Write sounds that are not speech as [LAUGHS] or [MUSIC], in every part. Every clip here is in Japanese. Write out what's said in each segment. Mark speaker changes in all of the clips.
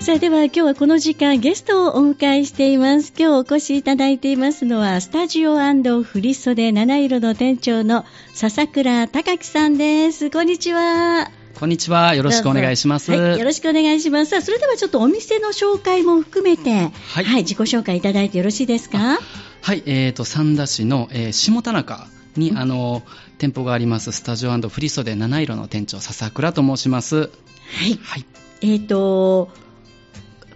Speaker 1: さあでは今日はこの時間ゲストをお迎えしています今日お越しいただいていますのはスタジオ振り袖七色の店長の笹倉隆樹さんですこんにちは
Speaker 2: こんにちは。よろしくお願いします。
Speaker 1: はい、よろしくお願いします。さあ、それではちょっとお店の紹介も含めて、は、
Speaker 2: はいい
Speaker 1: 自己紹介いただいてよろしいですか。
Speaker 2: はい、えー、と、三田市の、えー下田中に、あの、店舗があります、スタジオフリソで七色の店長、笹倉と申します。
Speaker 1: はい、
Speaker 2: はい。
Speaker 1: えっ、と、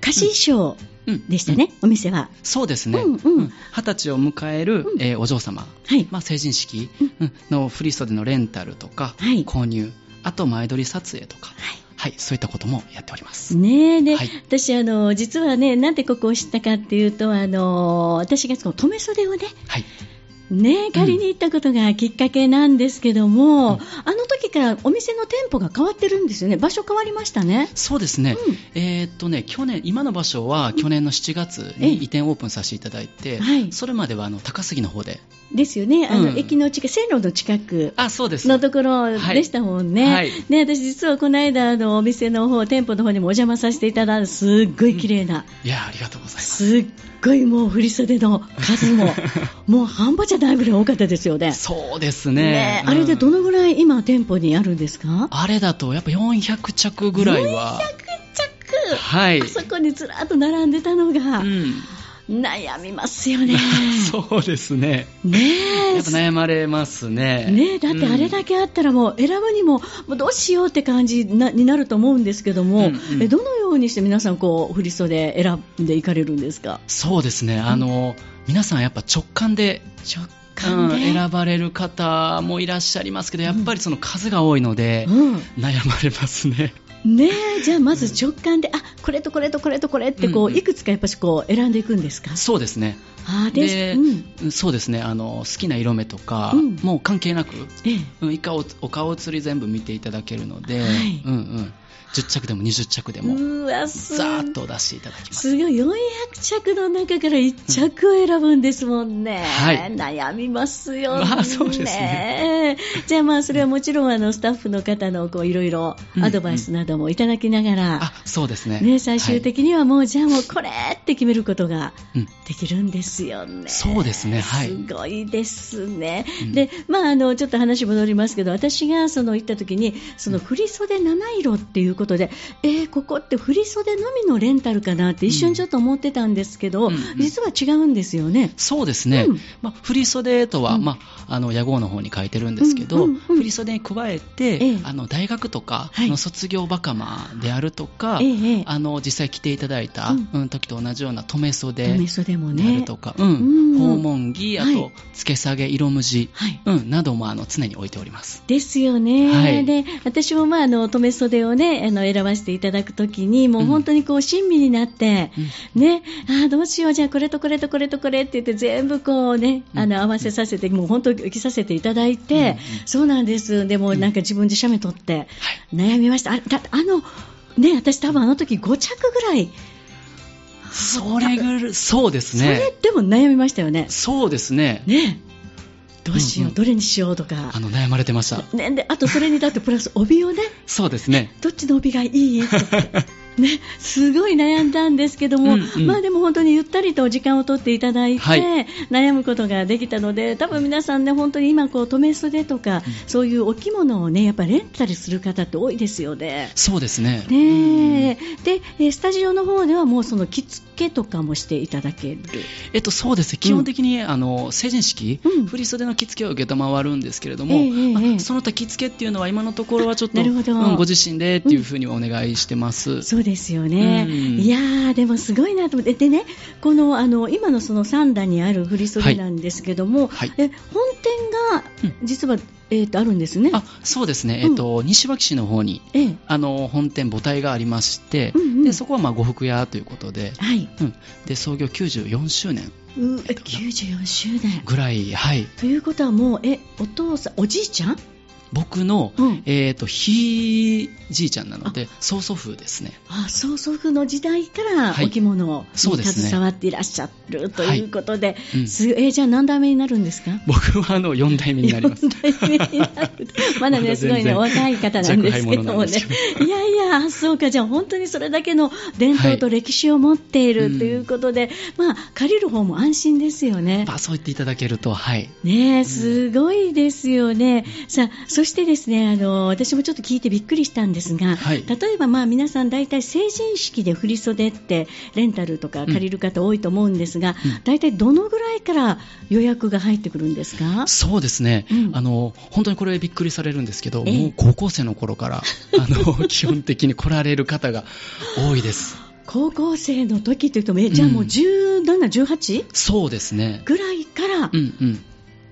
Speaker 1: 貸し衣装
Speaker 2: うん
Speaker 1: でしたね、お店は。
Speaker 2: そうですね。
Speaker 1: うんうん
Speaker 2: うん二十歳を迎える、えーお嬢様。
Speaker 1: はい、
Speaker 2: まあ、成人式
Speaker 1: うん
Speaker 2: うんのフリソでのレンタルとか、
Speaker 1: はい
Speaker 2: 購入、あと前撮り撮影とか、
Speaker 1: は
Speaker 2: はい、そういったこともやっております。
Speaker 1: い、ねえで、
Speaker 2: はい
Speaker 1: 私あの実はねなんでここを知ったかっていうとあの私がその留め袖をね
Speaker 2: はい。
Speaker 1: ね借りに行ったことがきっかけなんですけども、
Speaker 2: うん
Speaker 1: あの時からお店の店舗が変わってるんですよね場所変わりましたね。
Speaker 2: そうですね、
Speaker 1: うん
Speaker 2: えーっとね去年今の場所は去年の7月
Speaker 1: ええ
Speaker 2: に移転オープンさせていただいて、
Speaker 1: はい
Speaker 2: それまではあの高杉の方で
Speaker 1: ですよね、あの
Speaker 2: うん
Speaker 1: 駅の近く、線路の近く
Speaker 2: あそうです
Speaker 1: のところでしたもんね、
Speaker 2: はい
Speaker 1: ね私、実はこの間あの、お店の方店舗の方にもお邪魔させていただいたすっごい綺麗な、
Speaker 2: いやありがとうございます
Speaker 1: すっごいもう、振り袖の数
Speaker 2: [LAUGHS]
Speaker 1: も、もう半端じゃないぐらい多かったですよね、
Speaker 2: そうです
Speaker 1: ね
Speaker 2: ねうん
Speaker 1: あれでどのぐらい今、店舗にあるんですか
Speaker 2: あれだとやっぱ400着ぐらいは
Speaker 1: 着
Speaker 2: はい
Speaker 1: あそこにずらっと並んでたのが、
Speaker 2: うん、
Speaker 1: 悩みますよね。
Speaker 2: [LAUGHS] そうですね
Speaker 1: ねえ
Speaker 2: やっぱ悩まれますね
Speaker 1: ねえだってあれだけあったらもう選ぶにももうどうしようって感じなになると思うんですけども、
Speaker 2: うんうん
Speaker 1: えどのようにして皆さんこう振り袖選んでいかれるんですか
Speaker 2: そうですねあの、皆さんやっぱ直感で
Speaker 1: 直
Speaker 2: うん
Speaker 1: 感で、うん、
Speaker 2: 選ばれる方もいらっしゃいますけどやっぱりその数が多いので、悩まれますね
Speaker 1: ねえじゃあまず直感で、あこれとこれとこれとこれってこう、
Speaker 2: うんうん
Speaker 1: いくつかやっぱしこう選んでいくんですか
Speaker 2: そうですね
Speaker 1: あーで
Speaker 2: で、
Speaker 1: うん
Speaker 2: そうですねあの好きな色目とか、
Speaker 1: うん
Speaker 2: もう関係なく、
Speaker 1: ええ
Speaker 2: うん、一回おお顔つり全部見ていただけるので、
Speaker 1: はい
Speaker 2: うんうん、10着でも20着で
Speaker 1: う
Speaker 2: も
Speaker 1: ーわす
Speaker 2: ざーっと出していただきます
Speaker 1: すごい400着の中から1着を選ぶんですもんね、
Speaker 2: はい
Speaker 1: 悩みますよね、
Speaker 2: まあそうですね
Speaker 1: じゃあ、まあそれはもちろんあのスタッフの方のこういろいろ
Speaker 2: うん
Speaker 1: アドバイスなどもいただきながら、
Speaker 2: あそうですね
Speaker 1: ね、最終
Speaker 2: はい
Speaker 1: 的にはもう、じゃあもうこれって決めることが
Speaker 2: うん
Speaker 1: できるんですよね。
Speaker 2: そうですねはい
Speaker 1: すごいですね。
Speaker 2: うん
Speaker 1: で、まあ、あの、ちょっと話戻りますけど、私がその行った時に、その振り袖七色っていうことで、えーここって振り袖のみのレンタルかなって一瞬ちょっと思ってたんですけど、
Speaker 2: うんうん
Speaker 1: 実は違うんですよね。
Speaker 2: そうですね、
Speaker 1: うん
Speaker 2: まあ、振り袖とは、
Speaker 1: うん
Speaker 2: まあ、あの屋号の方に書いてるんですけど、
Speaker 1: うんうんうん
Speaker 2: 振り袖に加えて、
Speaker 1: ええ
Speaker 2: あの大学とか
Speaker 1: はい
Speaker 2: の卒業バカマであるとか、
Speaker 1: ええええ
Speaker 2: あの実際着ていただいた、
Speaker 1: うん
Speaker 2: うん時と同じような留め袖
Speaker 1: お店でも
Speaker 2: であ
Speaker 1: ね
Speaker 2: る。とか、うん
Speaker 1: うん
Speaker 2: 訪問着あ
Speaker 1: は
Speaker 2: とつけ下げ色無地、
Speaker 1: はい。
Speaker 2: うん、などもあの常に置いております
Speaker 1: ですよね、
Speaker 2: はい
Speaker 1: で私も、まあ、あの留め袖を、ね、あの選ばせていただくときにもう本当にこう親身になって、ね、あーどうしよう、じゃあこれとこれとこれとこれって言って全部こう、ね、あの合わせさせてもう本当に受けさせていただいて、そうなんです、でもなんか自分で写メ撮って悩みました、あだあのね、私、多分あの時5着ぐらい、
Speaker 2: それぐるそうです
Speaker 1: それ
Speaker 2: ね
Speaker 1: でも悩みましたよね、
Speaker 2: そうですね
Speaker 1: ねどうしよう、
Speaker 2: うんうん
Speaker 1: どれにしようとか
Speaker 2: あ。の悩まれてました
Speaker 1: ね、であとそれにだってプラス帯をね
Speaker 2: そうですね
Speaker 1: どっちの帯がいいって言って
Speaker 2: [LAUGHS]
Speaker 1: ね、すごい悩んだんですけども、
Speaker 2: うんうん
Speaker 1: まあでも本当にゆったりと時間を取っていただいて、
Speaker 2: はい
Speaker 1: 悩むことができたので、多分皆さんね、本当に今こう、留め袖とか、そういうお着物をね、やっぱレンタルする方って多いですよね。
Speaker 2: そうですね
Speaker 1: ねえ
Speaker 2: うん
Speaker 1: で、えースタジオの方ではもうその着付けとかもしていただける。
Speaker 2: えっと、そうですね基本的に、あの成人式、
Speaker 1: うん
Speaker 2: 振り袖の着付けを承るんですけれども、
Speaker 1: ええ
Speaker 2: まあ
Speaker 1: ええ
Speaker 2: その他着付けっていうのは今のところはちょっと
Speaker 1: あなるほど
Speaker 2: うんご自身でっていうふうにお願いしてます、
Speaker 1: そうですよね、
Speaker 2: うん
Speaker 1: いやー、でもすごいなと思って、でね、このあの今のその三段にある振り袖なんですけども、
Speaker 2: はい
Speaker 1: え本店が実は、えーとあるんですね。
Speaker 2: あそうですね、えっと西脇市の方に
Speaker 1: ええ
Speaker 2: あの本店母体がありまして、
Speaker 1: うんうん
Speaker 2: でそこはまあ呉服屋ということで,、
Speaker 1: はい、
Speaker 2: うん、で創業94周年
Speaker 1: うえ94周年。
Speaker 2: ぐらい、はい、
Speaker 1: ということはもう、えお父さん、おじいちゃん
Speaker 2: 僕の、
Speaker 1: うん
Speaker 2: えっ、と、ひいじいちゃんなので、曽祖父ですね。
Speaker 1: あ曽祖父の時代から
Speaker 2: はい
Speaker 1: お着物
Speaker 2: そ
Speaker 1: に
Speaker 2: うですね
Speaker 1: 携わっていらっしゃるということで、
Speaker 2: うん
Speaker 1: すえーじゃあ何代目になるんですか
Speaker 2: 僕はあの、4代目に
Speaker 1: [LAUGHS]
Speaker 2: なります。
Speaker 1: 4代目になるまだ
Speaker 2: ま
Speaker 1: ね、
Speaker 2: だ全然
Speaker 1: すごいね、お若い方なんですけどもね
Speaker 2: 若輩者なんで。
Speaker 1: いやいや、そうか、じゃあ本当にそれだけの伝統と歴史を持っているということで、まあ、借りる方も安心ですよね。
Speaker 2: まあ、そう言っていただけると、はい。
Speaker 1: ねえ、すごいですよね。さあ、そしてですね、あの、私もちょっと聞いてびっくりしたんですが、
Speaker 2: はい
Speaker 1: 例えばまあ皆さん大体成人式で振り袖ってレンタルとか借りる方多いと思うんですが、
Speaker 2: うん
Speaker 1: 大体どのぐらいから予約が入ってくるんですか
Speaker 2: そうですね、
Speaker 1: うん
Speaker 2: あの本当にこれびっくりされるんですけど、
Speaker 1: ええ
Speaker 2: もう高校生の頃
Speaker 1: [LAUGHS]
Speaker 2: からあの基本的に来られる方が多いです。
Speaker 1: 高校生の時って言うと、えじゃあもううん17、18?
Speaker 2: そうですね。
Speaker 1: ぐらいから
Speaker 2: うんうん。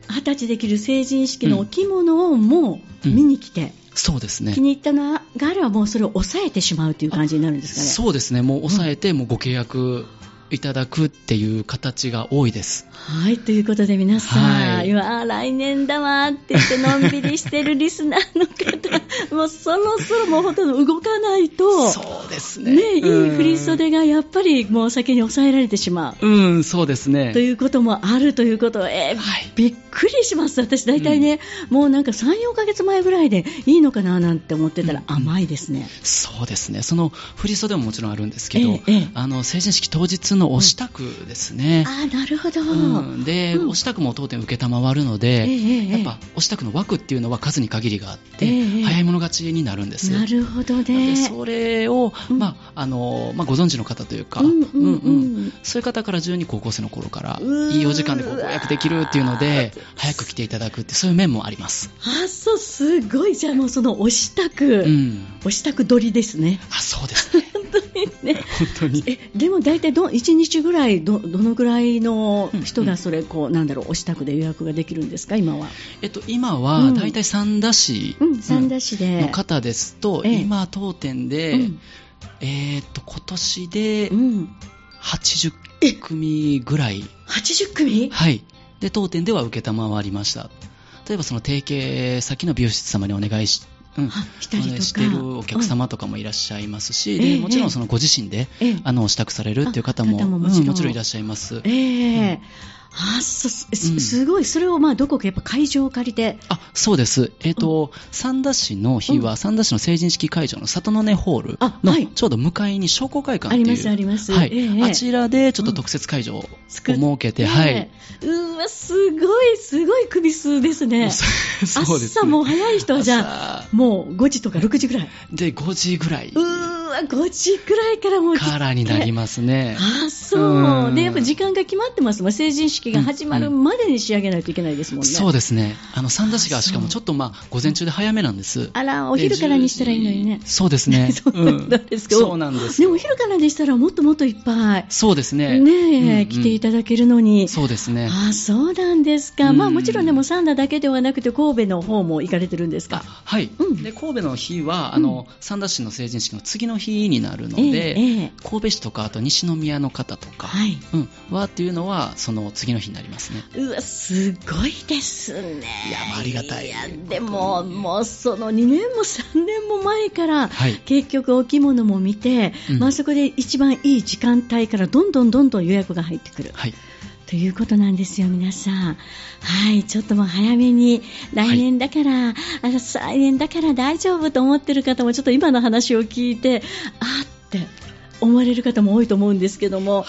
Speaker 1: 二十歳できる成人式のお着物をもう見に来て、
Speaker 2: そうですね
Speaker 1: 気。に入ったのがあればもうそれを抑えてしまうという感じになるんですかね。
Speaker 2: そうですね。もう抑えて、もうご契約いただくっていう形が多いです。
Speaker 1: はい、ということで皆さん、、
Speaker 2: はいい
Speaker 1: やー来年だわーって言ってのんびりしてるリスナーの方、
Speaker 2: [LAUGHS]
Speaker 1: もうそろそろもうほとんど動かないと、
Speaker 2: そうですね。
Speaker 1: ね、いい
Speaker 2: うん
Speaker 1: 振り袖がやっぱりもう先に抑えられてしまう。
Speaker 2: うん、そうですね
Speaker 1: と。いうこともあるということえー
Speaker 2: はい
Speaker 1: びっくりします、私、大体ね、もうなんか3、4ヶ月前ぐらいでいいのかななんて思ってたら
Speaker 2: うん
Speaker 1: 甘いですね。
Speaker 2: そうですね。その振り袖ももちろんあるんですけど、
Speaker 1: ええええ
Speaker 2: あの成人式当日のお支度ですね。
Speaker 1: ああ、なるほど。
Speaker 2: うん、で、
Speaker 1: うん
Speaker 2: お支度も当店承るので、
Speaker 1: ええええ
Speaker 2: やっぱお支度の枠っていうのは数に限りがあって、
Speaker 1: ええ
Speaker 2: 早い者勝ちになるんですよ
Speaker 1: なるほど
Speaker 2: なので
Speaker 1: ね。
Speaker 2: それを、
Speaker 1: うん
Speaker 2: まああのまあ、ご存知の方というか、
Speaker 1: うんうんうん
Speaker 2: そういう方から順に高校生の頃から
Speaker 1: うー
Speaker 2: いいお時間でご予約できるっていうので早く来ていただくってそういう面もあります、
Speaker 1: あそう、すごい。じゃあもうそのお支度、
Speaker 2: うん、
Speaker 1: お支度取りですね。
Speaker 2: あそ
Speaker 1: [LAUGHS]
Speaker 2: うですね
Speaker 1: 本当にね。
Speaker 2: 本当に
Speaker 1: えでも大体ど1日ぐらいどどのぐらいの人がそれこう、なんだろうお支度で予約ができるんですか今は、
Speaker 2: えっと、今
Speaker 1: う
Speaker 2: は
Speaker 1: ん
Speaker 2: 大体三田市
Speaker 1: うん、三田市で
Speaker 2: の方ですと、
Speaker 1: ええ
Speaker 2: 今当店で、
Speaker 1: うん
Speaker 2: えーっと今年で
Speaker 1: うん、
Speaker 2: 80組ぐらい、
Speaker 1: 80組
Speaker 2: はい、で当店では承りました例えばその提携先の美容室様にお願いし,、うん、
Speaker 1: あしたりとか
Speaker 2: お願いしてるお客様とかもいらっしゃいますし、
Speaker 1: うんええ
Speaker 2: でもちろんそのご自身で、
Speaker 1: ええ
Speaker 2: あの支度されるっていう方も
Speaker 1: あ方ももちろん
Speaker 2: うんもちろんいらっしゃいます
Speaker 1: ええあそす
Speaker 2: うん
Speaker 1: すごいそれをまあどこかやっぱ会場を借りて
Speaker 2: あそうです、えっと三田市の日は、三田市の成人式会場の里の根ホール
Speaker 1: あは
Speaker 2: の
Speaker 1: い
Speaker 2: ちょうど向かいに商工会館
Speaker 1: あ
Speaker 2: ってい
Speaker 1: り
Speaker 2: う
Speaker 1: ますあります、
Speaker 2: はい
Speaker 1: ええ
Speaker 2: あちらでちょっと特設会場を設
Speaker 1: 作っ
Speaker 2: けて、はい
Speaker 1: ね、えうわすごいすごい首数ですね
Speaker 2: そう [LAUGHS] ですね
Speaker 1: 朝もう早い人はじゃあ
Speaker 2: 朝
Speaker 1: もう5時とか6時ぐらい
Speaker 2: で5時ぐらいう
Speaker 1: ーわ5時くらいからもう来て
Speaker 2: からになりますね。
Speaker 1: あそううんでやっぱ時間が決まってますもん成人式が始まるまでに仕上げないといけないですもんね、
Speaker 2: そうですね。あの三田市
Speaker 1: あ
Speaker 2: が
Speaker 1: そう
Speaker 2: しかもちょっとまあ午前中で早めなんです。
Speaker 1: あらお昼からにしたらいいのにね
Speaker 2: で10時そうです
Speaker 1: [LAUGHS]
Speaker 2: ね。
Speaker 1: そうなんですか、
Speaker 2: うんそうなんです
Speaker 1: で
Speaker 2: よ
Speaker 1: もお昼からでしたらもっともっといっぱい
Speaker 2: そうですね。
Speaker 1: ねえ、
Speaker 2: うん
Speaker 1: 来ていただけるのに
Speaker 2: そうですね。
Speaker 1: あそうなんですか、
Speaker 2: うん
Speaker 1: まあもちろんでもサンダだけではなくて神戸の方も行かれてるんです
Speaker 2: あ
Speaker 1: か
Speaker 2: はい、
Speaker 1: うん
Speaker 2: で神戸の日はあの、三田市の成人式の次の日になるので、
Speaker 1: ええ
Speaker 2: 神戸市とかあと西宮の方とか、
Speaker 1: はい
Speaker 2: うん、はっていうのはその次の日になりますね。
Speaker 1: うわすごいですね
Speaker 2: いやまあありがたい
Speaker 1: いやでももうその2年も3年も前から、
Speaker 2: はい
Speaker 1: 結局お着物も見て、
Speaker 2: うん
Speaker 1: まあそこで一番いい時間帯からどんどんどんどん予約が入ってくる
Speaker 2: はい。
Speaker 1: ということなんですよ皆さんはいちょっともう早めに来年だから、あの再来年だから大丈夫と思ってる方もちょっと今の話を聞いてあって思われる方も多いと思うんですけども、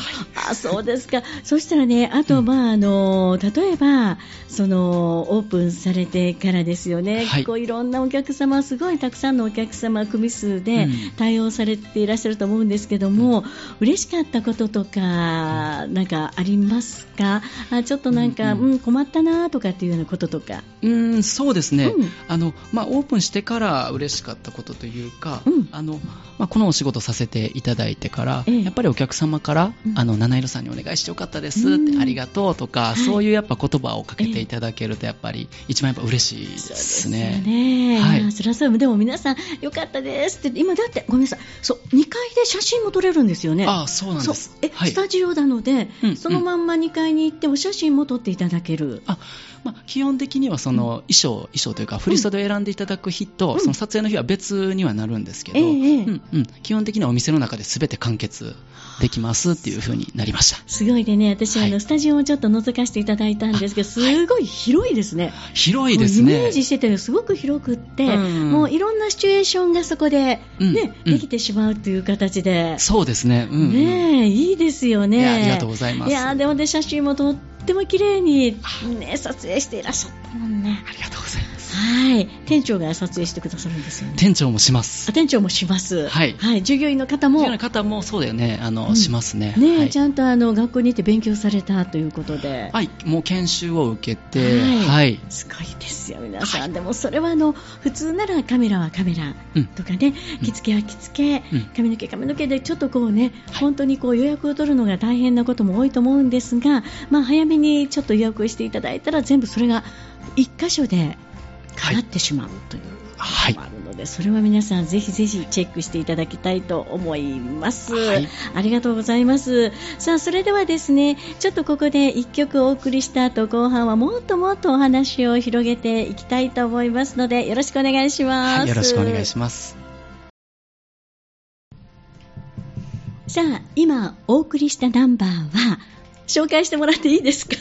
Speaker 1: あそうですか、そしたらね、あと、
Speaker 2: うん
Speaker 1: まああの例えばそのオープンされてからですよね、
Speaker 2: はい
Speaker 1: こういろんなお客様、すごいたくさんのお客様、組数で
Speaker 2: うん
Speaker 1: 対応されていらっしゃると思うんですけども、嬉しかったこととか、なんかありますか、あちょっとなんか、う
Speaker 2: うんんうん
Speaker 1: 困ったなとかっていうようなこととか、
Speaker 2: うーん、そうですね、
Speaker 1: うん
Speaker 2: あのまあ、オープンしてから嬉しかったことというか、
Speaker 1: うん
Speaker 2: あのまあ、このお仕事させていただいてから、
Speaker 1: ええ
Speaker 2: やっぱりお客様から、
Speaker 1: うん
Speaker 2: あの七色さんにお願いしてよかったですって、
Speaker 1: うん
Speaker 2: ありがとうとか、
Speaker 1: い
Speaker 2: そういうやっぱ言葉をかけていただけると、やっぱり一番やっぱ嬉しいで
Speaker 1: そうですよ
Speaker 2: ね。
Speaker 1: ね
Speaker 2: はい
Speaker 1: いやそりゃそうでも皆さん、よかったですって、今だって、ごめんなさい、そう2階で写真も撮れるんですよね。
Speaker 2: ああそうなん
Speaker 1: そ
Speaker 2: で
Speaker 1: う
Speaker 2: す
Speaker 1: え、
Speaker 2: はい
Speaker 1: スタジオなので、
Speaker 2: うん
Speaker 1: そのまんま2階に行ってお写真も撮っていただける。
Speaker 2: あまあ、基本的にはその衣装、衣装というか振袖を選んでいただく日と、その撮影の日は別にはなるんですけど、
Speaker 1: ええええ
Speaker 2: うんうん、基本的にはお店の中で全て完結できますっていう風になりました
Speaker 1: すごいでね、私、
Speaker 2: はい
Speaker 1: あの、スタジオをちょっと覗かせていただいたんですけど、すごい広いですね。
Speaker 2: 広いですね
Speaker 1: イメージしてたよりすごく広くって、
Speaker 2: うん
Speaker 1: もういろんなシチュエーションがそこで、
Speaker 2: うん
Speaker 1: ね
Speaker 2: うん
Speaker 1: できてしまうという形で、
Speaker 2: そうですね,、うんうん
Speaker 1: ねえいいですよ
Speaker 2: い
Speaker 1: ね
Speaker 2: やありがとうございます
Speaker 1: いやでもね写真もとっても綺麗にね撮影していらっしゃったもんね
Speaker 2: ありがとうございます
Speaker 1: はい店長が撮影してくださるんですよね
Speaker 2: 店長もします
Speaker 1: あ店長もします
Speaker 2: はい
Speaker 1: 従業員の方も
Speaker 2: 従業員の方もそうだよねあの、
Speaker 1: うん
Speaker 2: しますね
Speaker 1: ねえ
Speaker 2: はい
Speaker 1: ちゃんとあの学校に行って勉強されたということで、
Speaker 2: はい、もう研修を受けて、
Speaker 1: は
Speaker 2: はいい、
Speaker 1: すごいですよ、皆さん、でもそれはあの普通ならカメラはカメラ
Speaker 2: うん
Speaker 1: とかね、着付けは着付け、
Speaker 2: うん
Speaker 1: 髪の毛、髪の毛でちょっとこうね、本当にこう予約を取るのが大変なことも多いと思うんですが、まあ、早めにちょっと予約をしていただいたら、全部それが一箇所で叶ってしまうという。
Speaker 2: はい
Speaker 1: もあるのでそれは皆さんぜひぜひチェックしていただきたいと思います、
Speaker 2: はい
Speaker 1: ありがとうございますさあそれではですねちょっとここで1曲お送りした後後半はもっともっとお話を広げていきたいと思いますのでよろしくお願いします、
Speaker 2: はい、よろしくお願いします
Speaker 1: さあ今お送りしたナンバーは紹介してもらっていいですか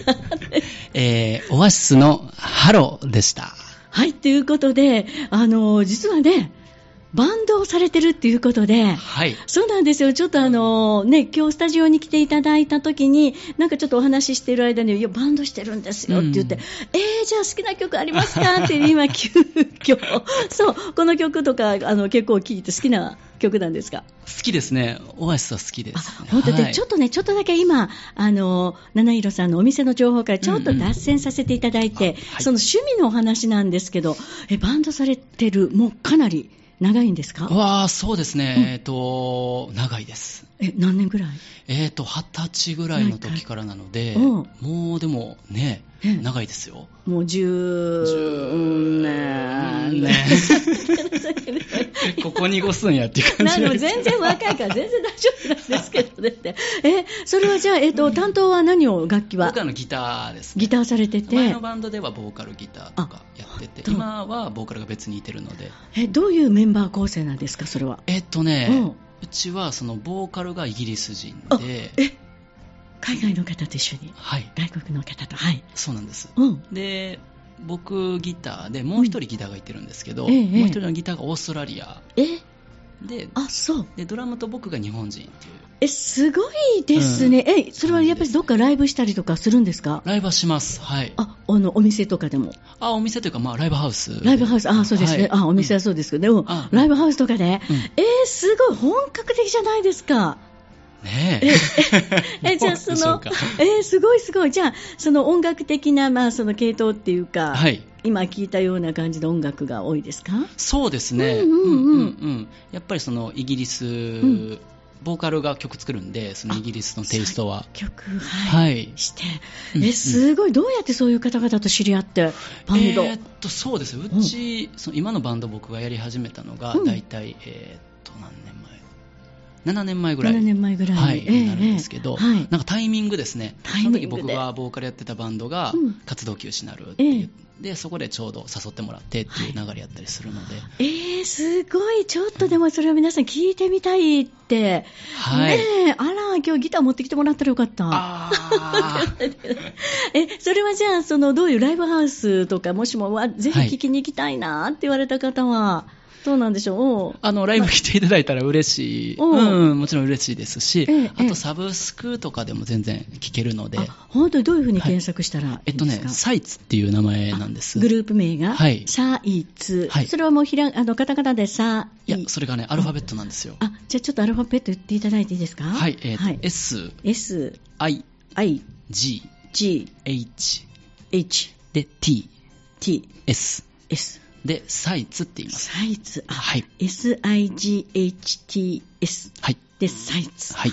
Speaker 2: えー、オアシスのハローでした。
Speaker 1: [LAUGHS] はいということであの実はねバンドをされてるっていうことで
Speaker 2: はい。
Speaker 1: そうなんですよ、ちょっとあの、ね、今日スタジオに来ていただいたときに、なんかちょっとお話ししている間に、いや、バンドしてるんですよって言って、
Speaker 2: うん
Speaker 1: えー、じゃあ好きな曲ありますかって、今、急 [LAUGHS] 遽、そう、この曲とか、あの、結構聴いて好きな曲なんですか
Speaker 2: 好きですね。オアシスは好きです、
Speaker 1: あ本当で、
Speaker 2: はい
Speaker 1: ちょっとね、ちょっとだけ今、あの七色さんのお店の情報からちょっと
Speaker 2: うんうん
Speaker 1: 脱線させていただいて、
Speaker 2: あはい
Speaker 1: その趣味のお話なんですけど、えバンドされてる、もうかなり長いんですか
Speaker 2: わあ、そうですね。えっ、と、長いです。
Speaker 1: え何年ぐらい
Speaker 2: えっ、と、二十歳ぐらいの時からなので、
Speaker 1: うん
Speaker 2: もうでもね、
Speaker 1: うん
Speaker 2: 長いですよ。
Speaker 1: もう10年。
Speaker 2: ね [LAUGHS] ここにごすんやっていう
Speaker 1: [LAUGHS]
Speaker 2: 感
Speaker 1: な
Speaker 2: じ
Speaker 1: の
Speaker 2: です
Speaker 1: 全然若いから全然大丈夫なんですけどねって。え、それはじゃあ、えっと、担当は何を楽器は
Speaker 2: 僕はあのギターですね。
Speaker 1: ギターされて
Speaker 2: 前
Speaker 1: て
Speaker 2: の、バンドではボーカルギターとかやってて
Speaker 1: あ、本当
Speaker 2: 今はボーカルが別にいてるので。
Speaker 1: え、どういうメンバー構成なんですか、それは。
Speaker 2: えっ、と
Speaker 1: う
Speaker 2: ね
Speaker 1: ん、
Speaker 2: うちはそのボーカルがイギリス人
Speaker 1: あ
Speaker 2: で、
Speaker 1: え、海外の方と一緒に。
Speaker 2: はい。
Speaker 1: 外国の方と。はい。
Speaker 2: そうなんです。
Speaker 1: うん。
Speaker 2: で、僕ギターで、もう一人ギターがいてるんですけど、
Speaker 1: うんええ
Speaker 2: もう一人のギターがオーストラリア
Speaker 1: え、
Speaker 2: で、
Speaker 1: あ、そう。
Speaker 2: でドラムと僕が日本人っていう。
Speaker 1: え、すごいですね。え、それはやっぱりどっかライブしたりとかするんですか
Speaker 2: ライブはします。はい。あ、
Speaker 1: あ、あの、お店とかでも。
Speaker 2: お店というか、まあ、ライブハウス。
Speaker 1: ライブハウス、あそうですね、
Speaker 2: はい
Speaker 1: あお店はそうですけど、でも
Speaker 2: あ
Speaker 1: ライブハウスとかで、え
Speaker 2: うん
Speaker 1: ー、すごい、本格的じゃないですか。
Speaker 2: ね
Speaker 1: え
Speaker 2: え。
Speaker 1: [LAUGHS] え、
Speaker 2: [LAUGHS]
Speaker 1: じゃあそ
Speaker 2: どうでしょう
Speaker 1: の
Speaker 2: か、
Speaker 1: えーすごいすごい、じゃあ、その音楽的な、まあ、その系統っていうか、
Speaker 2: はい。
Speaker 1: 今聞いたような感じの音楽が多いですか
Speaker 2: そうですね。
Speaker 1: うんうんうん
Speaker 2: んやっぱりそのイギリス、
Speaker 1: ん
Speaker 2: ボーカルが曲作るんで、そのイギリスのテイストは。
Speaker 1: 曲、はい、
Speaker 2: はい。
Speaker 1: して、
Speaker 2: うんう
Speaker 1: え、
Speaker 2: ん
Speaker 1: すごい、どうやってそういう方々と知り合って、バンド、
Speaker 2: えーっと、そうです。うち、その今のバンド僕がやり始めたのが、
Speaker 1: うん
Speaker 2: 大体、えーっと、何年前 ?7 年前ぐらい。
Speaker 1: 7年前ぐらい、
Speaker 2: はい、
Speaker 1: えー
Speaker 2: になるんですけど、
Speaker 1: えーはい
Speaker 2: なんかタイミングですね、
Speaker 1: タイミングで
Speaker 2: その時僕がボーカルやってたバンドが
Speaker 1: うん
Speaker 2: 活動休止になるっていう、
Speaker 1: え
Speaker 2: でそこでちょうど誘ってもらってっていう流れやったりするので、
Speaker 1: えー、すごい、ちょっとでもそれを皆さん聞いてみたいって、
Speaker 2: はい、
Speaker 1: ねえ、あら、今日ギター持ってきてもらったらよかった。
Speaker 2: あ
Speaker 1: [LAUGHS]
Speaker 2: ー
Speaker 1: え、それはじゃあ、その、どういうライブハウスとか、もしも、わぜひ
Speaker 2: はい
Speaker 1: 聞きに行きたいなって言われた方は、どうなんでしょう
Speaker 2: あのライブ来ていただいたら嬉しい、
Speaker 1: おう
Speaker 2: うん、もちろん嬉しいですし、
Speaker 1: ええ
Speaker 2: あとサブスクとかでも全然聞けるので、
Speaker 1: あ本当にどういうふうに検索したらいいん
Speaker 2: え
Speaker 1: ですか、
Speaker 2: っとね、サイツっていう名前なんです。
Speaker 1: グループ名が、
Speaker 2: はい
Speaker 1: サイツ、
Speaker 2: はい
Speaker 1: それはもうひらあのカタカナでサ
Speaker 2: い
Speaker 1: イ
Speaker 2: や、それがね、アルファベットなんですよ。
Speaker 1: あじゃあちょっとアルファベット言っていただいていいですか
Speaker 2: はい、えっと
Speaker 1: はい、
Speaker 2: S、
Speaker 1: S
Speaker 2: I、
Speaker 1: I
Speaker 2: G、
Speaker 1: G
Speaker 2: H、
Speaker 1: H
Speaker 2: で、T、
Speaker 1: T
Speaker 2: S。
Speaker 1: S
Speaker 2: で、サイツって言います。
Speaker 1: サイツあ、
Speaker 2: はい
Speaker 1: S I G H T S
Speaker 2: はい。
Speaker 1: でサイツ
Speaker 2: はい。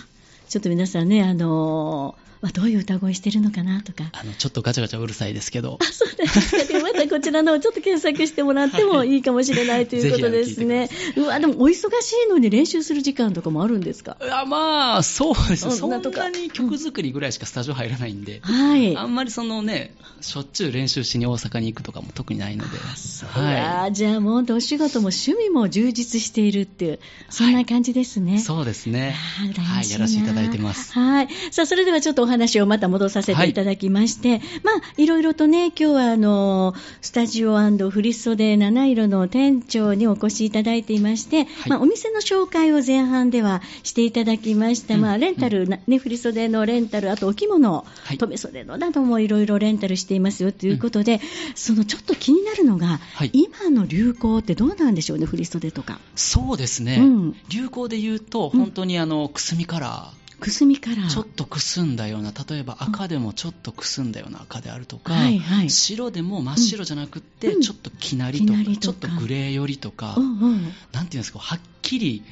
Speaker 1: ちょっと皆さんね、あのーまあ、どういう歌声してるのかなとか。
Speaker 2: あの、ちょっとガチャガチャうるさいですけど
Speaker 1: あ、、 [LAUGHS] そうなんですか。でまたこちらのをちょっと検索してもらってもいいかもしれないということですね。うわ、でもお忙しいのに練習する時間とかもあるんですか
Speaker 2: いやま [LAUGHS] あ、そうですね。
Speaker 1: そ
Speaker 2: そ
Speaker 1: ん
Speaker 2: ん
Speaker 1: な
Speaker 2: な
Speaker 1: とか
Speaker 2: に曲作りぐらいしかスタジオ入らないんで、
Speaker 1: はい。
Speaker 2: あんまりそのね、しょっちゅう練習しに大阪に行くとかも特にないので、
Speaker 1: あ
Speaker 2: は
Speaker 1: ーじゃあもうお仕事も趣味も充実しているっていう、そんな感じですね。
Speaker 2: い。そうですね。
Speaker 1: あー羨ましいな
Speaker 2: はい、やらせていただいてます。
Speaker 1: はい。さあ、それではちょっとお話をまた戻させていただきまして、まあ、いろいろとね、今日はあの、スタジオフリス袖七色の店長にお越しいただいていまして、
Speaker 2: い
Speaker 1: まあ、お店の紹介を前半ではしていただきました。
Speaker 2: うん
Speaker 1: まあ、レンタル、なね、フリ袖のレンタル、あとお着物、
Speaker 2: はい
Speaker 1: 留め袖のなどもいろいろレンタルしていますよということで、そのちょっと気になるのが、
Speaker 2: はい
Speaker 1: 今の流行ってどうなんでしょうね、フリ袖とか。
Speaker 2: そうですね。
Speaker 1: うん
Speaker 2: 流行で言うと、
Speaker 1: うん
Speaker 2: 本当にあの、くすみカラ
Speaker 1: くすみカラー。
Speaker 2: ー、ちょっとくすんだような、例えば赤でもちょっとくすんだような赤であるとか、
Speaker 1: はいはい
Speaker 2: 白でも真っ白じゃなくって、
Speaker 1: うん
Speaker 2: ちょっときなりとか、
Speaker 1: きなり
Speaker 2: ち
Speaker 1: と
Speaker 2: ょ
Speaker 1: か
Speaker 2: っとグレー寄りとか、
Speaker 1: うんうん
Speaker 2: なんていうんですか、はっきり、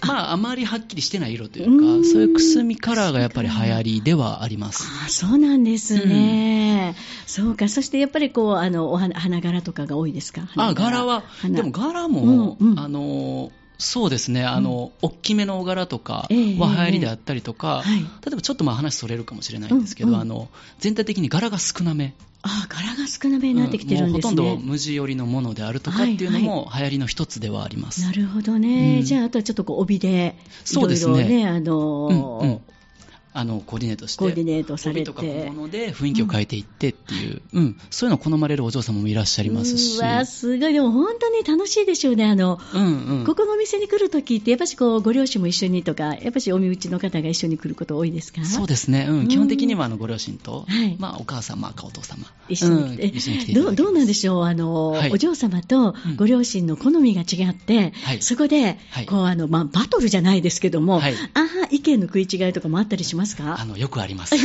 Speaker 2: まあ、あまりはっきりしてない色といううか、
Speaker 1: ん
Speaker 2: そういうくすみカラーがやっぱり流行りではあります。
Speaker 1: ああそうなんですね、そうか、そしてやっぱりこうあのお花花柄とかが多いですか、
Speaker 2: あ
Speaker 1: 花
Speaker 2: 柄は、
Speaker 1: 花
Speaker 2: でも柄も、
Speaker 1: うんうん
Speaker 2: あのそうですね、あの大きめのお柄とかは
Speaker 1: ええ
Speaker 2: 流行りであったりとか、
Speaker 1: はい、
Speaker 2: 例えばちょっとまあ話それるかもしれないんですけど、
Speaker 1: うんうん
Speaker 2: あの全体的に柄が少なめ、
Speaker 1: ああ柄が少なめになってきてるんですね。
Speaker 2: うんもうほとんど無地寄りのものであるとかっていうのも流行りの一つではあります。
Speaker 1: なるほどね、
Speaker 2: うん
Speaker 1: じゃあ、あとはちょっとこう帯で、い
Speaker 2: そう
Speaker 1: ろ
Speaker 2: で
Speaker 1: い
Speaker 2: す
Speaker 1: ろ
Speaker 2: ね
Speaker 1: ね、あのー
Speaker 2: うんうんあのコーディネートして
Speaker 1: コーディネートされ
Speaker 2: 帯
Speaker 1: て、
Speaker 2: とか小物で雰囲気を変えていってっていう、うんそういうのを好まれるお嬢様もいらっしゃいますし
Speaker 1: うわ、すごい、でも本当に楽しいでしょうね、あの
Speaker 2: うんうん、
Speaker 1: ここのお店に来るときって、やっぱしこうご両親も一緒にとか、やっぱしお身内の方が一緒に来ること多いですか
Speaker 2: そうですね、うん
Speaker 1: うん
Speaker 2: 基本的にはあのご両親と、
Speaker 1: はい
Speaker 2: まあ、お母様かお父様
Speaker 1: 一緒に来
Speaker 2: う
Speaker 1: て
Speaker 2: ん、一緒に来ていただ
Speaker 1: どう
Speaker 2: いて
Speaker 1: どうなんでしょうあの、
Speaker 2: はい
Speaker 1: お嬢様と
Speaker 2: うん
Speaker 1: ご両親の好みが違って、
Speaker 2: はい
Speaker 1: そこで、
Speaker 2: はい
Speaker 1: こうあのまあ、バトルじゃないですけども、
Speaker 2: はい
Speaker 1: ああ意見の食い違いとかもあったりします
Speaker 2: あ
Speaker 1: か
Speaker 2: のよくあります。
Speaker 1: [LAUGHS]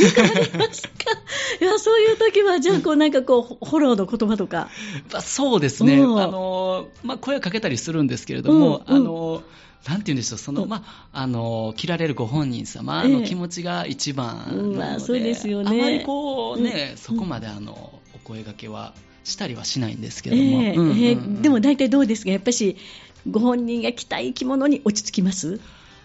Speaker 1: いやそういう時はじゃあこうなんかこうフォローの言葉とか、
Speaker 2: まあそうですね、あ
Speaker 1: うん
Speaker 2: のまあ、声をかけたりするんですけれども、
Speaker 1: うんうん
Speaker 2: あのなんて言うんでしょう、その、
Speaker 1: うん
Speaker 2: まあ、あの、切られるご本人様の
Speaker 1: ええ
Speaker 2: 気持ちが一番なので、
Speaker 1: うんまあそうですよね
Speaker 2: あまりこうね、
Speaker 1: うん
Speaker 2: そこまであの、お声掛けはしたりはしないんですけ
Speaker 1: え
Speaker 2: れども。
Speaker 1: え
Speaker 2: うんうん
Speaker 1: ええ
Speaker 2: うん
Speaker 1: でも大体どうですかやっぱしご本人が着たい着物に落ち着きます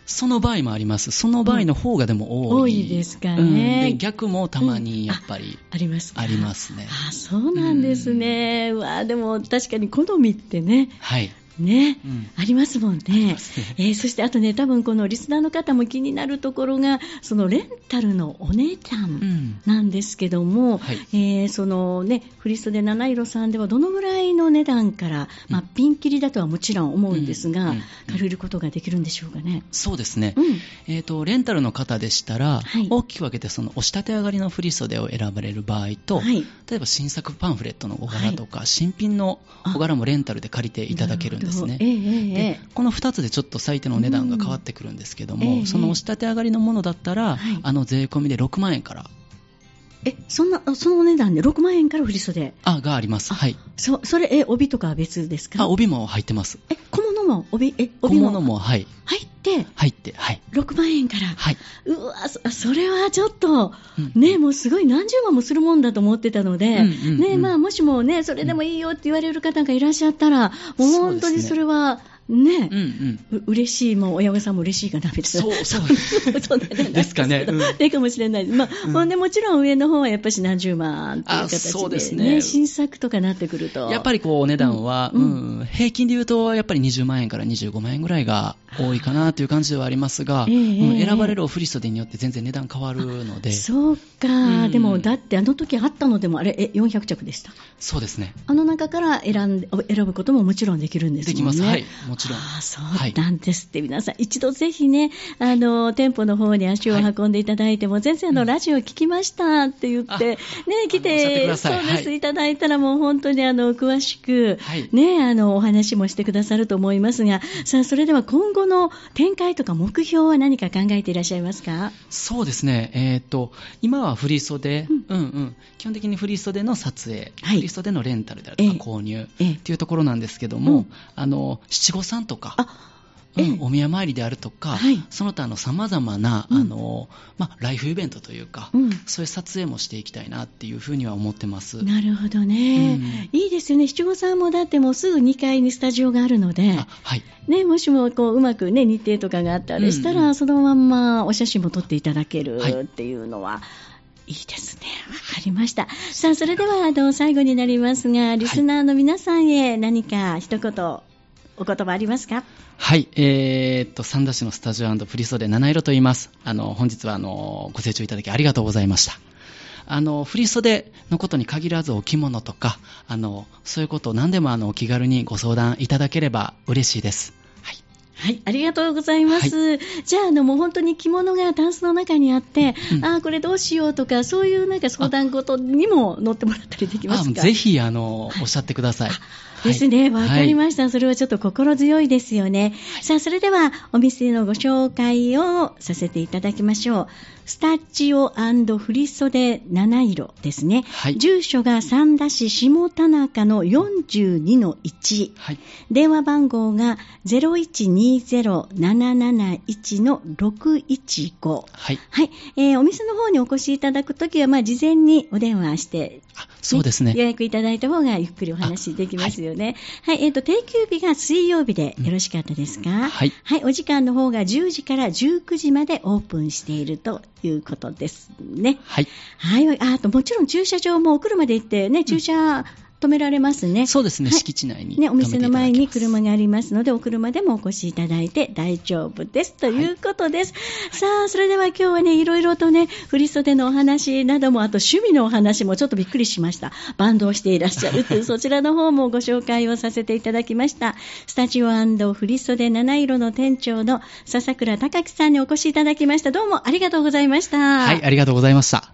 Speaker 2: その場合もあります。その場合の方がでも多い。
Speaker 1: うん多いですかね
Speaker 2: で逆もたまにやっぱり
Speaker 1: ありますか
Speaker 2: ありますね。
Speaker 1: あそうなんですね、うわでも確かに好みってね
Speaker 2: はい。
Speaker 1: ね、
Speaker 2: うん
Speaker 1: ありますもんね。
Speaker 2: ますね
Speaker 1: えーそしてあとね、多分このリスナーの方も気になるところが、そのレンタルのお姉ちゃ
Speaker 2: うんん
Speaker 1: なんですけども、
Speaker 2: はい
Speaker 1: えーそのね、フリストで七色さんではどのぐらいの値段から、まあ、ピンキリだとはもちろん思うんです
Speaker 2: うん
Speaker 1: が
Speaker 2: うんうん、
Speaker 1: 借りることができるんでしょうかね。
Speaker 2: そうですね。
Speaker 1: うん。
Speaker 2: えー、とレンタルの方でしたら、
Speaker 1: はい
Speaker 2: 大きく分けてその押し立て上がりの振り袖を選ばれる場合と、
Speaker 1: はい。
Speaker 2: 例えば新作パンフレットのお柄とか、新品のお柄もレンタルで借りていただけるんです
Speaker 1: なほどえ
Speaker 2: ね。
Speaker 1: えええ
Speaker 2: で
Speaker 1: ええ
Speaker 2: この2つでちょっと最低のお値段が変わってくるんですけど
Speaker 1: うんえ
Speaker 2: も、
Speaker 1: え
Speaker 2: その押し立て上がりのものだったら、
Speaker 1: はい
Speaker 2: あの税込みで6万円から
Speaker 1: え、そんな、あそのお値段で6万円からフリストで。
Speaker 2: あがあります、はい、
Speaker 1: そ、それ、え、帯とかは別ですか
Speaker 2: あ帯も入ってます、
Speaker 1: え、小物も、帯、え、
Speaker 2: 小
Speaker 1: 帯も
Speaker 2: 物も、はい、
Speaker 1: 入って、
Speaker 2: 入って、はい
Speaker 1: 6万円から。
Speaker 2: はいう
Speaker 1: わそそれはちょっと、
Speaker 2: うん
Speaker 1: ね、もうすごい何十万もするもんだと思ってたので、
Speaker 2: うんうんうん
Speaker 1: ねまあ、もしもね、それでもいいよって言われる方がいらっしゃったら、もう本当にそれはね
Speaker 2: うん、うん、
Speaker 1: う嬉しい、もう親御さんも嬉しいかなみたいな。
Speaker 2: そうそう
Speaker 1: そんなじゃない
Speaker 2: ですかね
Speaker 1: けど
Speaker 2: うん
Speaker 1: ねかもしれないです。まあ、
Speaker 2: うん
Speaker 1: ほんでもちろん上の方はやっぱし何十万っていう
Speaker 2: あ
Speaker 1: 形で,、ね
Speaker 2: そうですね
Speaker 1: 新作とかなってくると。
Speaker 2: やっぱりこうお値段は、
Speaker 1: う
Speaker 2: うんん平均で言うと、やっぱり20万円から25万円ぐらいが多いかなという感じではありますが、
Speaker 1: ええ
Speaker 2: うん
Speaker 1: ええ
Speaker 2: 選ばれるお振り袖によって全然値段変わるので、そ
Speaker 1: そうか、
Speaker 2: うん
Speaker 1: でもだってあの時あったのでもあれえ400着でした
Speaker 2: うですね、
Speaker 1: あの中から選んで選ぶことももちろんできるんですも
Speaker 2: で
Speaker 1: んね
Speaker 2: きます、はい、もちろん。
Speaker 1: ああそうなんですって、皆さん、一度ぜひね、あの店舗の方に足を運んでいただいても、先生のラジオ聞きましたって言って、
Speaker 2: あ
Speaker 1: ね、来
Speaker 2: あのおっしゃって
Speaker 1: て
Speaker 2: くだ
Speaker 1: そ
Speaker 2: さいう
Speaker 1: です、
Speaker 2: はい
Speaker 1: い、ただいたら、もう本当にあの詳しく、
Speaker 2: はい
Speaker 1: ね、あのお話もしてくださると思いますが、さあそれでは今後の展開とか目標は何か考えていらっしゃいますか。
Speaker 2: そうですね、えー、と今は振り袖、
Speaker 1: うん
Speaker 2: うんうん、基本的に振り袖の撮影、
Speaker 1: はい
Speaker 2: 振り袖のレンタルであるとか
Speaker 1: ええ
Speaker 2: 購入
Speaker 1: ええ
Speaker 2: っていうところなんですけど
Speaker 1: う
Speaker 2: も
Speaker 1: ん、
Speaker 2: あの七五三とか、
Speaker 1: あええ
Speaker 2: お宮参りであるとか、
Speaker 1: はい
Speaker 2: その他の様々な、
Speaker 1: うん
Speaker 2: あの、まあ、ライフイベントというか、
Speaker 1: うん
Speaker 2: そういう撮影もしていきたいなっていうふうには思ってます。
Speaker 1: なるほどね、いいですよね、七五三もだってもうすぐ2階にスタジオがあるので
Speaker 2: あ、はい。
Speaker 1: ね、もしもこううまく、ね、日程とかがあったりしたら、
Speaker 2: うんうん
Speaker 1: そのまんまお写真も撮っていただける
Speaker 2: はい
Speaker 1: っていうのは。いいですね。わかりました。さあ、それでは、あの、最後になりますが、リスナーの皆さんへ何か一言、お言葉ありますか
Speaker 2: はい、えーっと、三田市のスタジオフリソで七色と言います。あの、本日は、あの、ご清聴いただきありがとうございました。あの、振袖のことに限らずお着物とか、あの、そういうことを何でもあの、お気軽にご相談いただければ嬉しいです。はい。
Speaker 1: はい、ありがとうございます。じゃあ、あの、もう本当に着物がタンスの中にあって、
Speaker 2: うん
Speaker 1: ああ、これどうしようとか、そういうなんか相談事にも乗ってもらったりできますか
Speaker 2: あぜひ、あの、おっしゃってください。はい
Speaker 1: ですね。わかり
Speaker 2: はい
Speaker 1: ました、それはちょっと心強いですよね。さあ、それではお店のご紹介をさせていただきましょう。スタジオ振り袖七色ですね。
Speaker 2: はい
Speaker 1: 住所が三田市下田中の42-1。
Speaker 2: はい。
Speaker 1: 電話番号が0120-771-615。
Speaker 2: はい。
Speaker 1: はい、えーお店の方にお越しいただくときは、まあ、事前にお電話して
Speaker 2: あ、そうですね。
Speaker 1: 予約いただいた方がゆっくりお話できますよね。はい、えっ、と、定休日が水曜日でよろしかったですか、
Speaker 2: はい
Speaker 1: はい、お時間の方が10時から19時までオープンしているということですね。
Speaker 2: はい。
Speaker 1: はい、ああと、もちろん駐車場もお車で行ってね、駐車止められますね。
Speaker 2: そうですね、
Speaker 1: はい
Speaker 2: 敷地内に。
Speaker 1: ね、お店の前に
Speaker 2: 止めていただけます
Speaker 1: 車がありますので、お車でもお越しいただいて大丈夫です。ということです。さあ、それでは今日はね、いろいろとね、振袖のお話なども、あと趣味のお話もちょっとびっくりしました。バンドをしていらっしゃると [LAUGHS] いう、そちらの方もご紹介をさせていただきました。スタジオ振袖七色の店長の笹倉隆樹さんにお越しいただきました。どうもありがとうございました。
Speaker 2: はい、ありがとうございました。